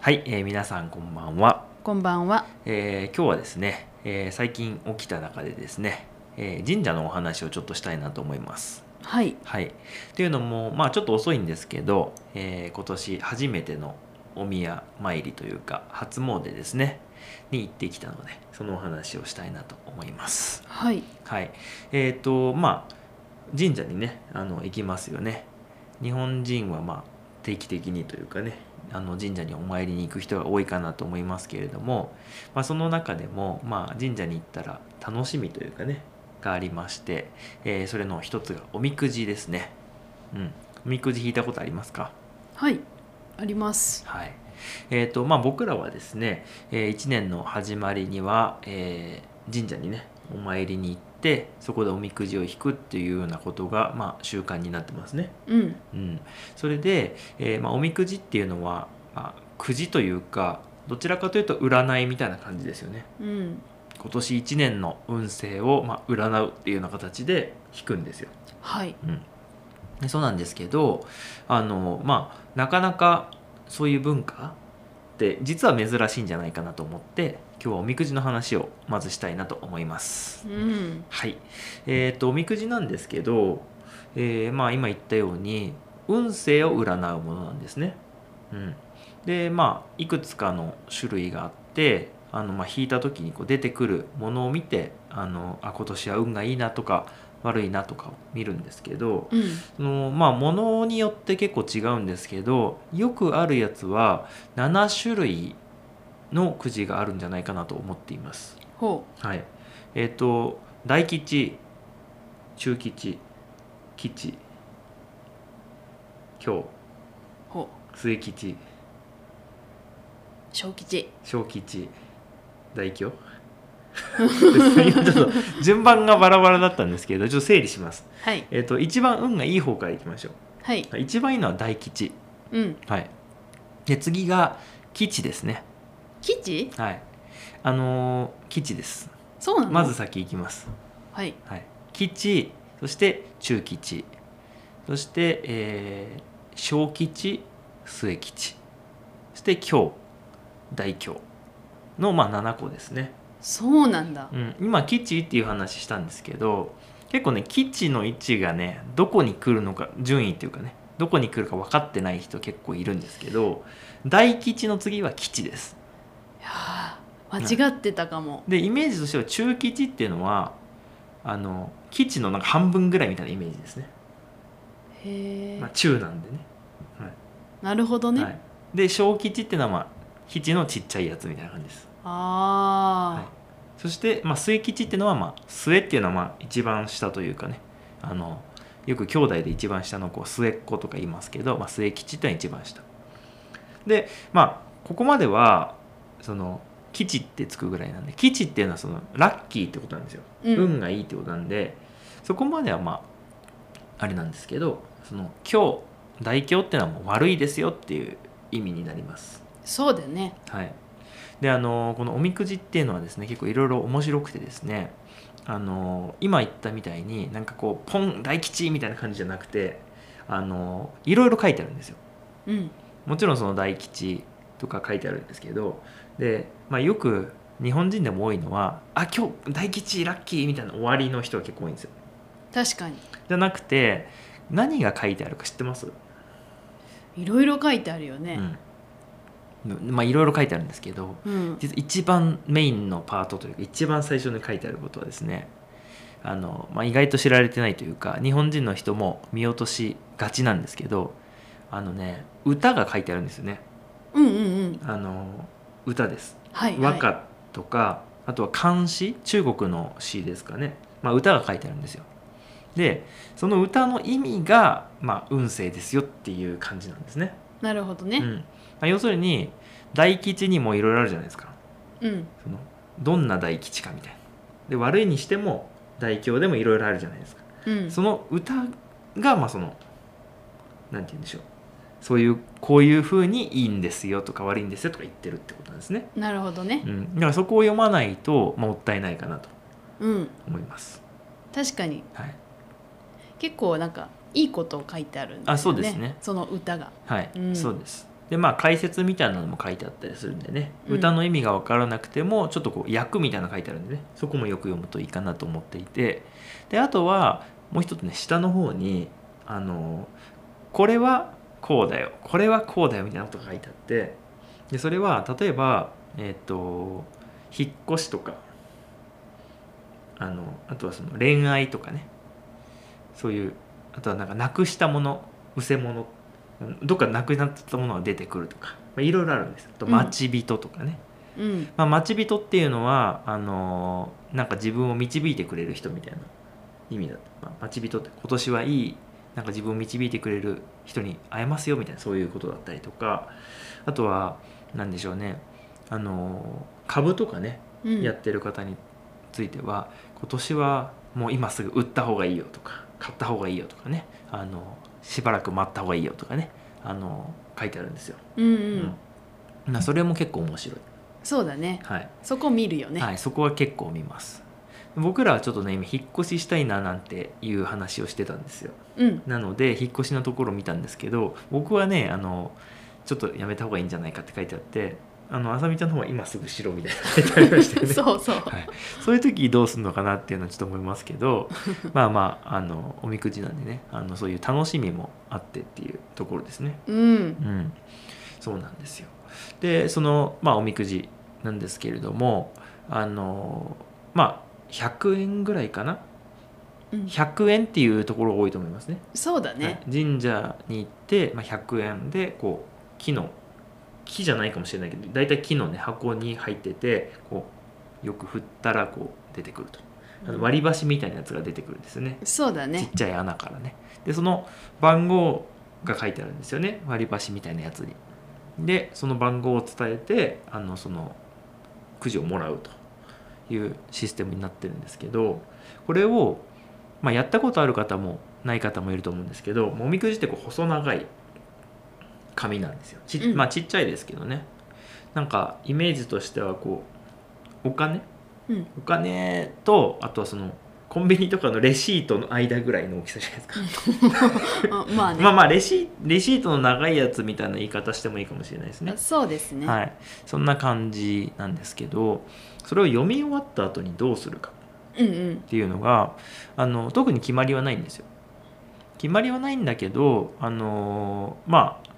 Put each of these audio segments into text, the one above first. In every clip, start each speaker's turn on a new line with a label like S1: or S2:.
S1: はい、えー皆さんこんばんは、
S2: こんばんは。
S1: えー今日はですね、えー最近起きた中でですね、えー神社のお話をちょっとしたいなと思います
S2: はい。
S1: はいというのもまあちょっと遅いんですけど、えー今年初めてのお宮参りというか初詣ですねに行ってきたのでそのお話をしたいなと思います
S2: はい。
S1: はいえーとまあ神社にねあの行きますよね日本人はまあ定期的にというかねあの神社にお参りに行く人が多いかなと思いますけれども、まあ、その中でも、まあ、神社に行ったら楽しみというかねがありまして、えーそれの一つがおみくじですねうんおみくじ引いたことありますか
S2: はい。あります。
S1: はい。えっ、とまあ僕らはですね、え1年の始まりには、えー神社にねお参りに行ってそこでおみくじを引くっていうようなことが、まあ、習慣になってますね。
S2: うん。
S1: うん、それで、えーまあ、おみくじっていうのは、まあ、くじというかどちらかというと占いみたいな感じですよね。
S2: うん。
S1: 今年1年の運勢を、まあ、占うっていうような形で引くんですよ。
S2: はい。
S1: うんで、そうなんですけどあのまあなかなかそういう文化って実は珍しいんじゃないかなと思って今日はおみくじの話をまずしたいなと思います。
S2: うん。
S1: はい、えー、とおみくじなんですけど、えーまあ、今言ったように運勢を占うものなんですね。うん、でまあいくつかの種類があってあの、まあ、引いた時にこう出てくるものを見てあのあ今年は運がいいなとか悪いなとかを見るんですけど、
S2: うん。
S1: そのまあものによって結構違うんですけどよくあるやつは7種類のくじがあるんじゃないかなと思っています。
S2: ほ
S1: はい、えっ、と大吉中吉吉今
S2: う。ほ
S1: 末吉
S2: う。小吉。
S1: 小吉大凶今ちょっと順番がバラバラだったんですけどちょっと整理します。
S2: はい。
S1: えっ、と一番運がいい方からいきましょ
S2: はい。
S1: う。一番いいのは大吉。
S2: うん。
S1: はい、で次が基地ですね
S2: 吉。
S1: はいあのー基地です
S2: そうなの。
S1: まず。先行きます、
S2: はい。
S1: はい、基地そして中基地そして、えー小基地末基地そして強大強の、まあ、7個ですね、
S2: そうなんだ
S1: う。ん、今基地っていう話したんですけど結構ね基地の位置がねどこに来るのか順位っていうかねどこに来るか分かってない人結構いるんですけど大吉の次は基地です
S2: いやー。間違ってたかも。
S1: でイメージとしては中吉っていうのはあの基地のなんか半分ぐらいみたいなイメージですね、
S2: へ
S1: まあ、
S2: え。
S1: 中なんでね
S2: なるほど
S1: は
S2: ね。
S1: い、で小吉っていうのは、まあ、吉のちっちゃいやつみたいな感じです
S2: あ
S1: そして、まあ、末吉っていうのは、まあ、末っていうのは、まあ、一番下というかねあのよく兄弟で一番下の子末っ子とか言いますけど、まあ、末吉っていうのは一番下でまあここまではその吉ってつくぐらいなんで吉っていうのはそのラッキーってことなんですよ、
S2: あ。うん。
S1: 運がいいってことなんでそこまではまああれなんですけどその今日大凶っていうのはもう悪いですよっていう意味になります
S2: そうだよね。
S1: はい、であのこのおみくじっていうのはですね結構いろいろ面白くてですねあの今言ったみたいになんかこうポン大吉みたいな感じじゃなくてあのいろいろ書いてあるんですよ
S2: うん。
S1: もちろんその大吉とか書いてあるんですけどで、まあ、よく日本人でも多いのは「あ今日大吉ラッキー」みたいな終わりの人が結構多いんですよ
S2: 確かに。
S1: じゃなくて何が書いてあるか知ってます
S2: いろいろ書いてあるよね。
S1: うんまあ、いろいろ書いてあるんですけど
S2: うん。
S1: 実は一番メインのパートというか一番最初に書いてあることはですねあの、まあ、意外と知られてないというか日本人の人も見落としがちなんですけどあのね歌が書いてあるんですよね
S2: うんうんうん。
S1: あの歌です
S2: はい。
S1: 和
S2: はい。
S1: 歌とかあとは漢詩中国の詩ですかね、まあ、歌が書いてあるんですよでその歌の意味が、まあ、運勢ですよっていう感じなんですね、
S2: なるほど
S1: う
S2: ね。
S1: んまあ、要するに大吉にもいろいろあるじゃないですか
S2: うん。
S1: そのどんな大吉かみたいなで悪いにしても大凶でもいろいろあるじゃないですか、
S2: うん。
S1: その歌がまあそのなんて言うんでしょうそういうこういう風にいいんですよとか悪いんですよとか言ってるってことなんですね、
S2: なるほどね
S1: う。ん、だからそこを読まないと、まあ、もったいないかなと
S2: うん。
S1: 思います、
S2: 確かに。
S1: はい
S2: 結構なんかいいことを書いてあるんだよ
S1: あそうですね
S2: その歌が
S1: はい
S2: うん
S1: そうですでまあ解説みたいなのも書いてあったりするんでね、
S2: うん
S1: 歌の意味が分からなくてもちょっとこう訳みたいなの書いてあるんでねそこもよく読むといいかなと思っていてであとはもう一つね下の方にあのこれはこうだよこれはこうだよみたいなことが書いてあってでそれは例えばえっ、と引っ越しとかあのあとはその恋愛とかねそういうあとはなんかなくしたもの失せ物どっかなくなってたものが出てくるとか、まあ、いろいろあるんですあと
S2: うん
S1: 待ち人とかね、
S2: うん
S1: まあ、待ち人っていうのはあのーなんか自分を導いてくれる人みたいな意味だった、まあ、待ち人って今年はいいなんか自分を導いてくれる人に会えますよみたいなそういうことだったりとかあとは何でしょうねあのー株とかね
S2: うん
S1: やってる方については、今年はもう今すぐ売った方がいいよとか買った方がいいよとかねあのしばらく待った方がいいよとかねあの書いてあるんですよ。
S2: うんう
S1: うんんなそれも結構面白い、
S2: そうだね
S1: はい
S2: そこ見るよね、
S1: はい、そこは結構見ます。僕らはちょっとね今引っ越ししたいななんていう話をしてたんですよ。
S2: うん
S1: なので引っ越しのところを見たんですけど僕はねあのちょっとやめた方がいいんじゃないかって書いてあってあのあさみちゃんの方は今すぐしろみたいなの書いてありましたよね。
S2: そうそう、
S1: はい、そういう時どうするのかなっていうのはちょっと思いますけどまあまああのおみくじなんでねあのそういう楽しみもあってっていうところですね。
S2: うん
S1: うん、そうなんですよでその、まあ、おみくじなんですけれどもあのまあ100円ぐらいかな
S2: うん
S1: 100円っていうところが多いと思いますね。
S2: そうだね、
S1: はい神社に行って、まあ、100円でこう木の木じゃないかもしれないけど大体木の、ね、箱に入っててこうよく振ったらこう出てくるとあの割り箸みたいなやつが出てくるんですよね
S2: そうだ
S1: ちっ
S2: ね
S1: ちゃい穴からねでその番号が書いてあるんですよね割り箸みたいなやつにでその番号を伝えてあのそのくじをもらうというシステムになってるんですけどこれを、まあ、やったことある方もない方もいると思うんですけどもみくじってこう細長い紙なんですよち,、
S2: うん
S1: まあ、ちっちゃいですけどねなんかイメージとしてはこうお金
S2: うん
S1: お金とあとはそのコンビニとかのレシートの間ぐらいの大きさじゃないですか、
S2: あまあね,、
S1: まあまあレシレシートの長いやつみたいな言い方してもいいかもしれないですね
S2: そうですね、
S1: はいそんな感じなんですけどそれを読み終わった後にどうするか
S2: うんうん
S1: っていうのがあの特に決まりはないんですよ決まりはないんだけどあのまあ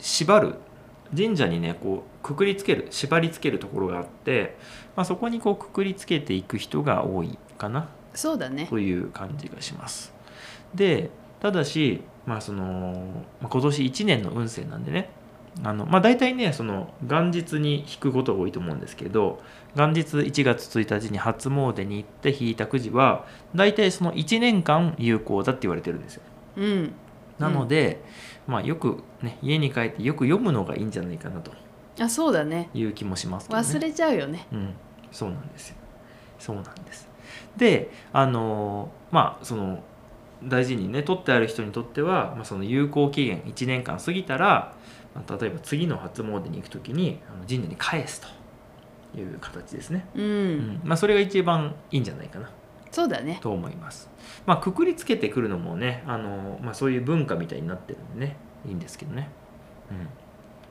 S1: 縛る神社にねこうくくりつける縛りつけるところがあって、まあ、そこにこうくくりつけていく人が多いかな
S2: そうだね
S1: という感じがします。でただし、まあ、そのまあ今年1年の運勢なんでねあの、まあ、大体ねその元日に引くことが多いと思うんですけど元日1月1日に初詣に行って引いたくじは大体その1年間有効だって言われてるんですよ。
S2: うん
S1: なので、まあ、よく、ね、家に帰ってよく読むのがいいんじゃないかなと
S2: あそうだね
S1: いう気もしますけどね。
S2: 忘れちゃうよね
S1: うん、そうなんですよそうなんですであのーまあその大事にね取ってある人にとっては、まあ、その有効期限1年間過ぎたら、まあ、例えば次の初詣に行く時にあの神社に返すという形ですね、
S2: うん、
S1: うんまあ、それが一番いいんじゃないかな
S2: そうだね
S1: と思います、まあ、くくりつけてくるのもねあのー、まあ、そういう文化みたいになってるんでねいいんですけどね、うん、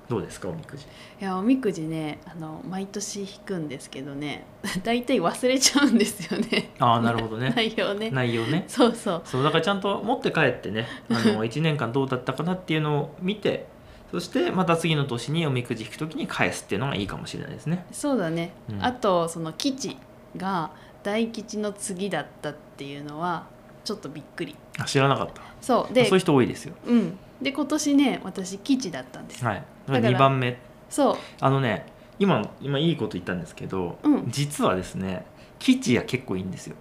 S1: どうですかおみくじ
S2: いやおみくじねあの毎年引くんですけどね 大体忘れちゃうんですよね
S1: ああなるほどね
S2: 内容 ね
S1: 内容ね
S2: そうそう
S1: そうだからちゃんと持って帰って ねあの1年間どうだったかなっていうのを見てそしてまた次の年におみくじ引く時に返すっていうのがいいかもしれないですね。
S2: そうだね、
S1: うん
S2: あとその吉が大吉の次だったっていうのはちょっとびっくり
S1: あ知らなかった
S2: そう
S1: で
S2: で
S1: そういう人多いですよ。
S2: うんで今年ね私吉だったんです、
S1: はい、
S2: だから
S1: 2番目
S2: そう
S1: あのね今今いいこと言ったんですけど、
S2: うん
S1: 実はですね吉は結構いいんですよ。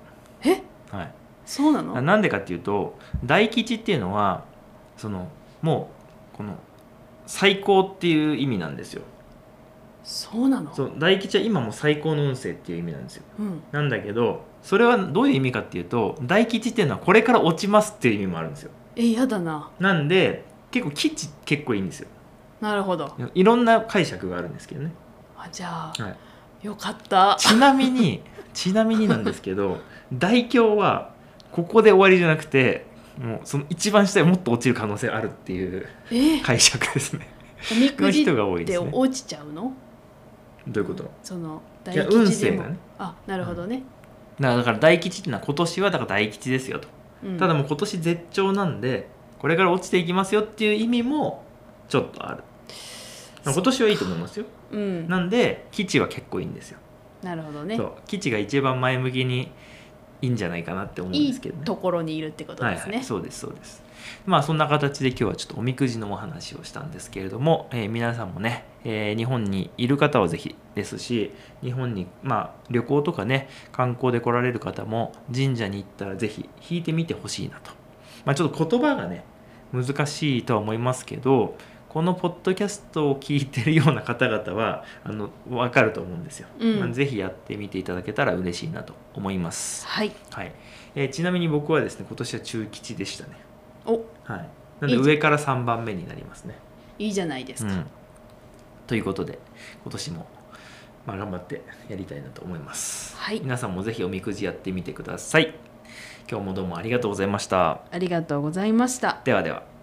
S2: え
S1: はい
S2: そうな
S1: な
S2: の
S1: なんでかっていうと大吉っていうのはそのもうこの最高っていう意味なんですよ。
S2: そうなの
S1: そう大吉は今もう最高の運勢っていう意味なんですよ。
S2: うん
S1: なんだけどそれはどういう意味かっていうと大吉っていうのはこれから落ちますっていう意味もあるんですよ
S2: えやだな
S1: なんで結構吉結構いいんですよ
S2: なるほど
S1: いろんな解釈があるんですけどね
S2: あじゃあ、
S1: は
S2: よかった
S1: ちなみ にちなみになんですけど大凶はここで終わりじゃなくてもうその一番下へもっと落ちる可能性あるっていう
S2: え
S1: 解釈ですね
S2: おみく
S1: の
S2: じっ
S1: 人が多いで
S2: て
S1: すね。
S2: 落ちちゃうの
S1: どういうこと
S2: その大
S1: いや運
S2: 吉で
S1: 勢
S2: も、
S1: がね
S2: あなるほどね、
S1: なだから大吉っていうのは今年はだから大吉ですよと、
S2: うん
S1: ただもう今年絶頂なんでこれから落ちていきますよっていう意味もちょっとある今年はいいと思いますよ
S2: うんな
S1: なんで吉は結構いいんですよ
S2: るほどね
S1: そう吉が一番前向きにいいんじゃないかなって思うんで
S2: いい
S1: すけどね
S2: ところにいるってことです
S1: はいは
S2: ね
S1: い、そうですそうですまあそんな形で今日はちょっとおみくじのお話をしたんですけれども、えー皆さんもね、えー日本にいる方はぜひですし日本に、まあ、旅行とかね観光で来られる方も神社に行ったらぜひ引いてみてほしいなと、まあ、ちょっと言葉がね難しいとは思いますけどこのポッドキャストを聞いてるような方々はあの分かると思うんですよ、
S2: うん
S1: まあぜひやってみていただけたら嬉しいなと思います
S2: はい
S1: はいえーちなみに僕はですね今年は中吉でしたね
S2: お
S1: はいなので上から3番目になりますね
S2: いいじゃないです
S1: う
S2: か、
S1: んということで今年もまあ頑張ってやりたいなと思います、
S2: はい
S1: 皆さんもぜひおみくじやってみてください今日もどうもありがとうございました
S2: ありがとうございました
S1: ではでは